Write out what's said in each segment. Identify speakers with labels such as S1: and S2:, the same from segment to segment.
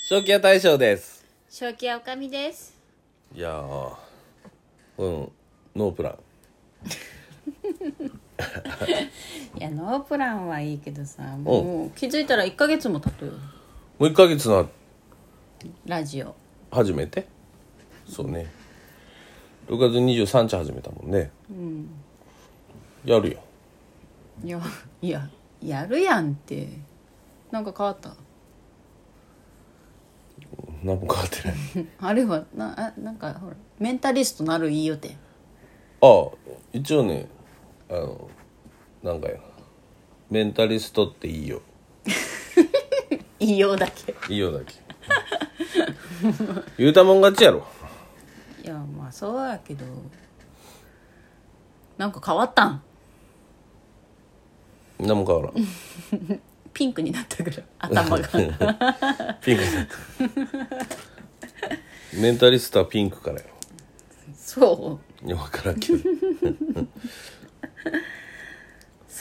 S1: 正気屋大将です
S2: 正気やおかみです
S1: いやーうんノープラン
S2: いやノープランはいいけどさもう気づいたら1か月も経ったよ
S1: もう1ヶ月な
S2: ラジオ
S1: 初めてそうね6月23日始めたもんね、やるよ
S2: いやいややるやんってなんか変わった
S1: 何も変わってない
S2: あれはなあなんかほらメンタリストなるいいよって
S1: ああ一応ねあのなんかやメンタリストっていいよ
S2: いいよだけ
S1: いいよだけ言うたもん勝ちやろ
S2: いやまあそうやけどなんか変わったん
S1: 何も変わらん
S2: ピンクになったぐらい頭 が
S1: ピンクになった メンタリストはピンクからよ
S2: そう
S1: いや分からんけど
S2: そう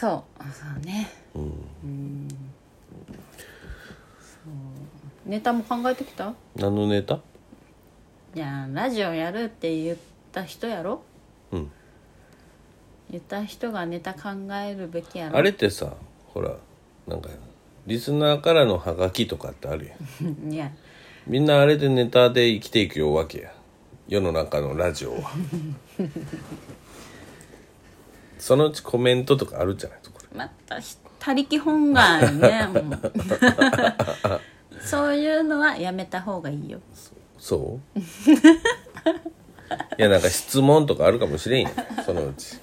S2: そうねうんそうネタも考えてきた
S1: 何のネタ
S2: いやラジオやるって言った人やろ
S1: うん
S2: 言った人がネタ考えるべきやろ
S1: あれってさほらなんかリスナーからのハガキとかってあるやん
S2: いや
S1: みんなあれでネタで生きていくよわけや世の中のラジオ はそのうちコメントとかあるじゃないとこれ
S2: またひ他力本願や ねもうそういうのはやめた方がいいよ
S1: そう いやなんか質問とかあるかもしれんやんそのうち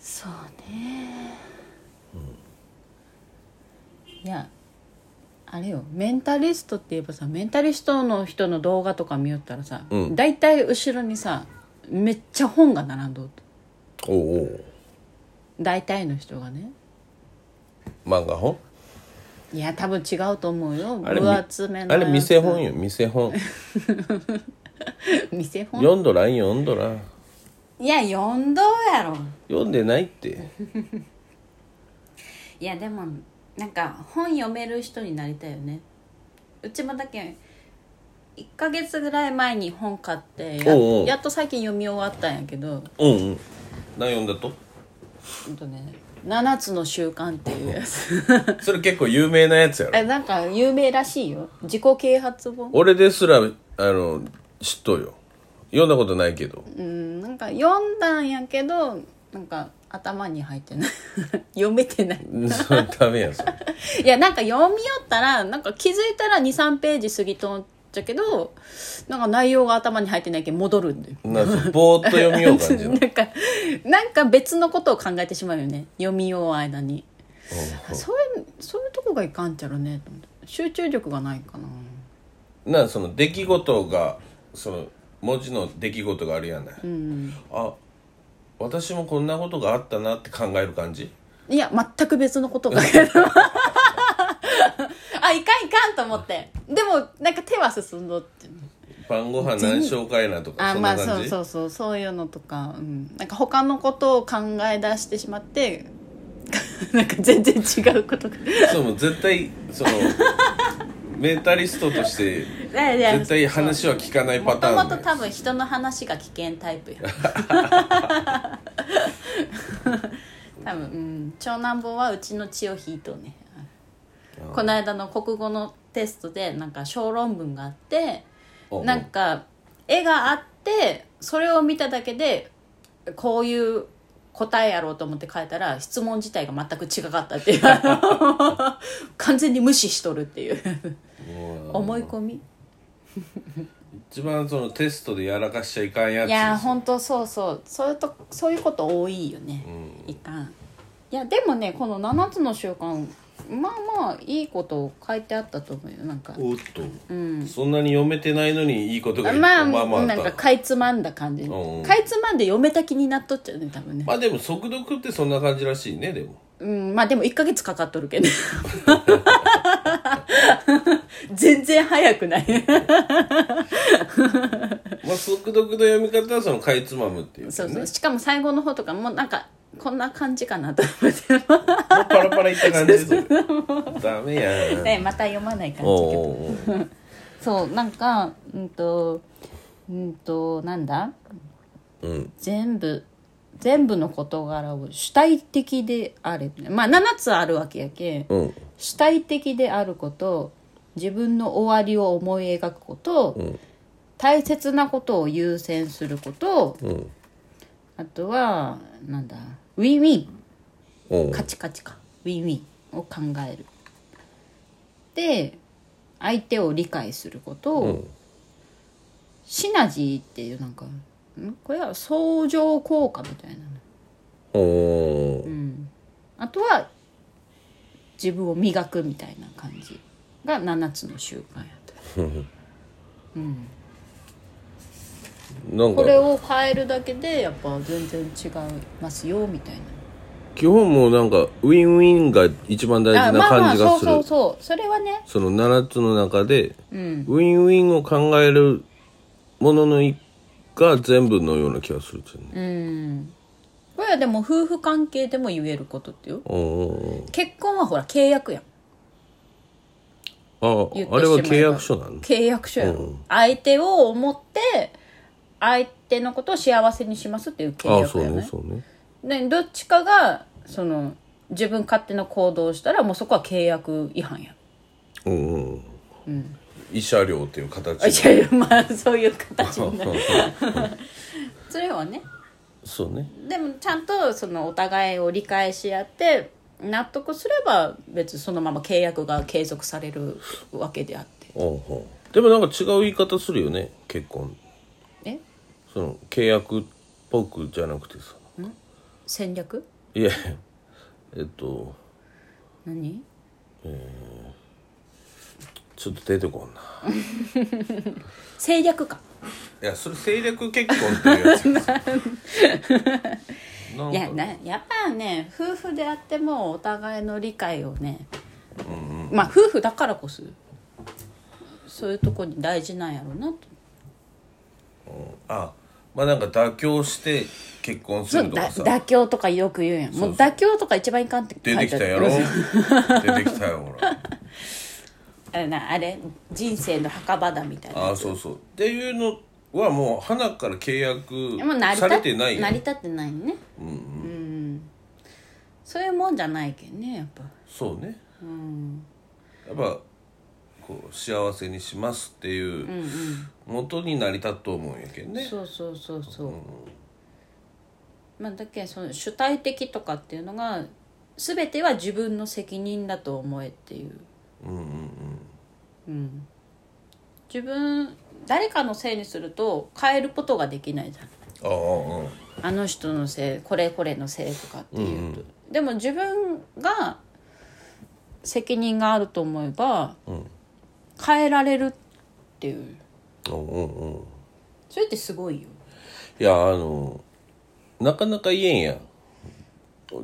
S2: そうねいやあれよメンタリストって言えばさメンタリストの人の動画とか見よったらさ
S1: ん
S2: 大体、い後ろにさめっちゃ本が並んどうと
S1: おうおう
S2: 大体の人がね
S1: 漫画本
S2: いや多分違うと思うよ
S1: あれ
S2: 分厚めの
S1: あれ
S2: やつ
S1: 店本よ店本
S2: 店本
S1: 読んどらん読んどらん
S2: いや読んどうやろ
S1: 読んでないって
S2: いやでもなんか本読める人になりたいよねうちもだけ1ヶ月ぐらい前に本買ってや
S1: おうおう
S2: やっと最近読み終わったんやけど
S1: うんうん何読んだと
S2: ほんとね「7つの習慣」っていうやつ
S1: それ結構有名なやつやろ
S2: えなんか有名らしいよ自己啓発本
S1: 俺ですらあの知っとうよ読んだことないけど
S2: うんなんか読んだんやけどなんか頭に入ってない 読めてない
S1: うんそれダメやそれ
S2: いやなんか読みよったらなんか気づいたら23ページ過ぎとんじゃけどなんか内容が頭に入ってないけん戻るんだよ
S1: なそうぼーっと読みよう感じ
S2: な
S1: の
S2: んかなんか別のことを考えてしまうよね読みよう間にあそういうそういうとこがいかんちゃろねと思って集中力がないかな
S1: なその出来事がその文字の出来事があるやない、あ私もこんなことがあったなって考える感じ
S2: いや全く別のこと があいかんいかんと思ってでもなんか手は進んどって
S1: 晩ご飯何紹介なとか
S2: あ
S1: そん
S2: ま
S1: な
S2: あそ
S1: 感
S2: う
S1: じ、
S2: そうそうそういうのとか、うん、なんか他のことを考え出してしまって なんか全然違うことが
S1: そうもう絶対そのメンタリストとして絶対話は聞かないパ
S2: も
S1: タ
S2: とも
S1: ー
S2: と
S1: ンで
S2: 多分人の話が危険タイプや 多分、うん、長男坊はうちの血を引いとうねこの間の国語のテストでなんか小論文があって
S1: おう
S2: なんか絵があってそれを見ただけでこういう答えやろうと思って書いたら質問自体が全く違かったっ ていうあの完全に無視しとるっていう思い込み
S1: 一番そのテストでやらかしちゃいかんやつ
S2: いや本当そうそうそういうとそういうこと多いよね、いかんいやでもねこの7つの習慣まあまあいいことを書いてあったと思うよなんか
S1: おっと、そんなに読めてないのにいいことがいっ
S2: まあ、
S1: まあまああった
S2: なんかかいつまんだ感じ、
S1: うんうん
S2: かいつまんで読めた気になっとっちゃうね多分ね、
S1: まあでも速読ってそんな感じらしいねで も
S2: うん、まあでも1ヶ月かかっとるけど 全然早くない
S1: まあ速読の読み方はそのかいつまむっていう、ね、
S2: そうそうしかも最後の方とかもなんかこんな感じかなと思って
S1: もうパラパラいった感じですダメやん、
S2: ねまた読まない
S1: おう
S2: 感じけど
S1: おうおう
S2: そうなんかうんとうんとなんだ、
S1: うん
S2: 全部全部の事柄を主体的であれまあ7つあるわけやけん
S1: うん
S2: 主体的であること自分の終わりを思い描くこと、
S1: ん
S2: 大切なことを優先すること
S1: うん
S2: あとはなんだウィンウィン
S1: おう
S2: カチカチかウィンウィンを考えるで相手を理解すること、
S1: うん
S2: シナジーっていうなんかんこれは相乗効果みたいな
S1: おう
S2: あとは自分を磨くみたいな感じが7つの習慣やった
S1: なん
S2: これ
S1: か
S2: を変えるだけでやっぱ全然違いますよみたいな
S1: 基本もうなんかウィンウィンが一番大
S2: あ
S1: 事な
S2: まあま
S1: 感
S2: あ
S1: じ
S2: そ
S1: が
S2: う
S1: す
S2: そう
S1: る
S2: そうそれはね
S1: その7つの中で
S2: うん
S1: ウィンウィンを考えるものの一が全部のような気がするっていうね
S2: うんこれはでも夫婦関係でも言えることってよ
S1: おうおう
S2: 結婚はほら契約やん
S1: おう
S2: 言ってしまえば
S1: ああれは契約書なの
S2: 契約書やろ、
S1: うん
S2: 相手を思って相手のことを幸せにしますっていう契
S1: ああ
S2: 約
S1: そう
S2: や
S1: ね
S2: ね
S1: そうね
S2: ね、どっちかがその自分勝手な行動をしたらもうそこは契約違反や
S1: うんうん慰謝料っていう形
S2: あ
S1: で
S2: いやいや まあそういう形 になるそれはね
S1: そうね
S2: でもちゃんとそのお互いを理解し合って納得すれば別にそのまま契約が継続されるわけであって
S1: おうおうでもなんか違う言い方するよね結婚
S2: え
S1: その契約っぽくじゃなくてさ
S2: 戦略
S1: いやいやえっと
S2: 何
S1: ちょっと出てこんな
S2: 制約か
S1: いやそれ政略結婚っていうやつや なん
S2: い
S1: か
S2: やなやっぱね夫婦であってもお互いの理解をね、まあ夫婦だからこそそういうとこに大事なんやろうなと
S1: あまあなんか妥協して結婚す
S2: そ
S1: る
S2: う
S1: と
S2: だ
S1: かさ
S2: 妥協とかよく言うやんもう妥協とか一番いかんって
S1: 出
S2: 書
S1: て
S2: い
S1: き
S2: てあ
S1: た
S2: る
S1: やろ 出てきたよほら
S2: あれなあれ人生の墓場だみたいな
S1: ああそうそうっていうのはもう花から契
S2: でも成
S1: 約
S2: り立
S1: さ
S2: っ
S1: れてないよ
S2: 成り立ってないねうん、そういうもんじゃないけんねやっぱ
S1: そうね、やっぱこう幸せにしますっていう元に成り立っと思うんやけんね、
S2: そうそうそうそう、まあだけどその主体的とかっていうのが全ては自分の責任だと思えっていううん自分誰かのせいにすると変えることができないじゃん
S1: ああうん
S2: あの人のせいこれこれのせいとかっていうと、でも自分が責任があると思えば、変えられるっていう
S1: うんうんうん
S2: それってすごいよ
S1: いやあのなかなか言えんやん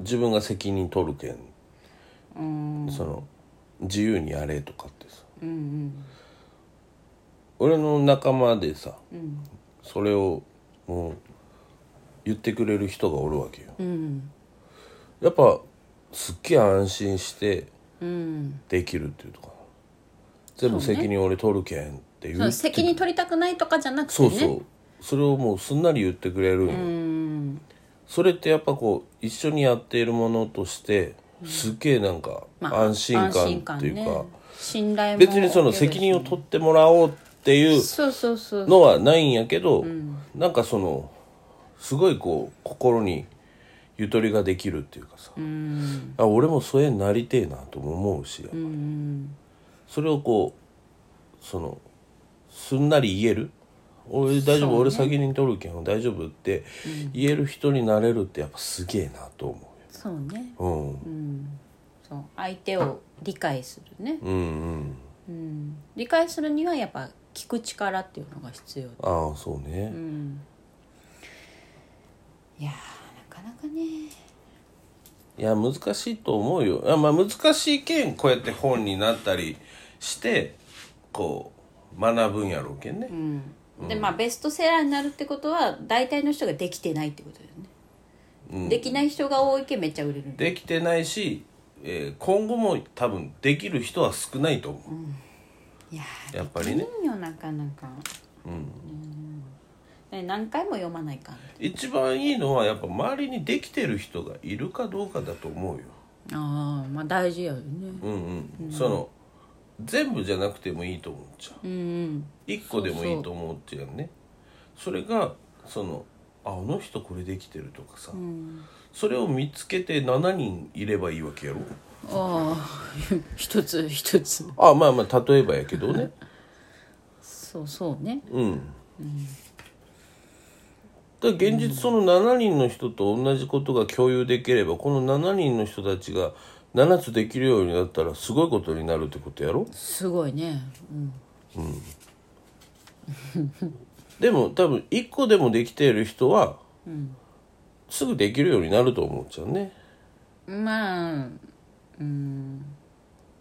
S1: 自分が責任取るけんその自由にやれとかってさ、俺の仲間でさ、それをもう言ってくれる人がおるわけよ、やっぱすっげえ安心してできるっていうとか、全部責任俺取るけんっていう
S2: その責任取りたくないとかじゃなくて
S1: そ
S2: ね
S1: うそうそれをもうすんなり言ってくれるんよそれってやっぱこう一緒にやっているものとしてすげえなんか
S2: まあ
S1: 安心感っていうか、
S2: 安心感ね信頼も
S1: 別にその責任を取ってもらおうっていう
S2: そうそうそう
S1: のはないんやけど、なんかそのすごいこう心にゆとりができるっていうかさ、あ俺もそういうなりてえなとも思うしやっぱりそれをこうそのすんなり言える俺大丈夫、俺先に取るけん大丈夫って言える人になれるってやっぱすげえなと思
S2: そうね
S1: うよ、うん
S2: そう相手を理解するね、
S1: うんうん
S2: 理解するにはやっぱ聞く力っていうのが必要
S1: ああそうね、
S2: いやーなかなかね
S1: いや難しいと思うよあまあ難しいけんこうやって本になったりしてこう学ぶんやろうけんね、
S2: でまあベストセラーになるってことは大体の人ができてないってことだよねできない人が多いけめっちゃ売れるんだ
S1: できてないし、えー今後も多分できる人は少ないと思う、
S2: いやー
S1: やっぱりね
S2: できんよなかなかうん、ね何回も読まないかん
S1: 一番いいのはやっぱ周りにできてる人がいるかどうかだと思うよ
S2: ああまあ大事やよね
S1: うんうん、その全部じゃなくてもいいと思っちゃう
S2: うんうん
S1: 一個でもいいと思っちゃうねそれがそのああの人これできてるとかさ、それを見つけて7人いればいいわけやろ
S2: ああ 一つ一つ
S1: あまあまあ例えばやけどね
S2: そうそうね
S1: うん、だから現実その7人の人と同じことが共有できればこの7人の人たちが7つできるようになったらすごいことになるってことやろ
S2: すごいねうん
S1: でも多分1個でもできている人は、すぐできるようになると思っちゃうね。
S2: まあ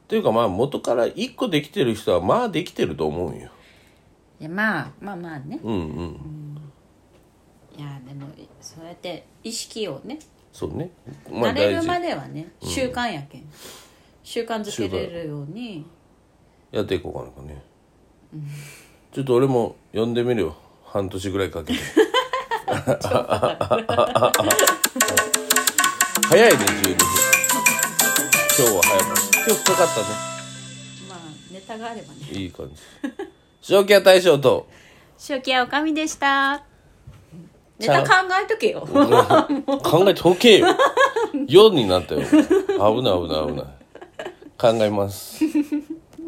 S1: というかまあ元から1個できてる人はまあできてると思うんよ。
S2: いやまあまあまあね
S1: うんうん。
S2: いやでもそうやって意識をね
S1: そうね。まあ
S2: 慣れ
S1: 大
S2: る
S1: 事。
S2: まではね習慣やけん、習慣づけれるように
S1: やっていこうかなかね。ちょっと俺も呼んでみるよ。半年ぐらいかけて。早いね、12時。今日は早かった。今日深かったね。
S2: まあネタがあれば ね
S1: いい感じ。正気屋大将 と。
S2: 初期はおかみでしたネ
S1: ちゃ
S2: タ
S1: う
S2: 考えとけよ
S1: 考えておけよ4になったよ危ない危ない危ない考えます